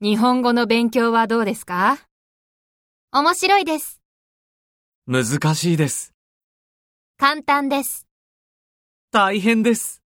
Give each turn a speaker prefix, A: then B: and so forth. A: 日本語の勉強はどうですか
B: 面白いです。
C: 難しいです。
B: 簡単です。
C: 大変です。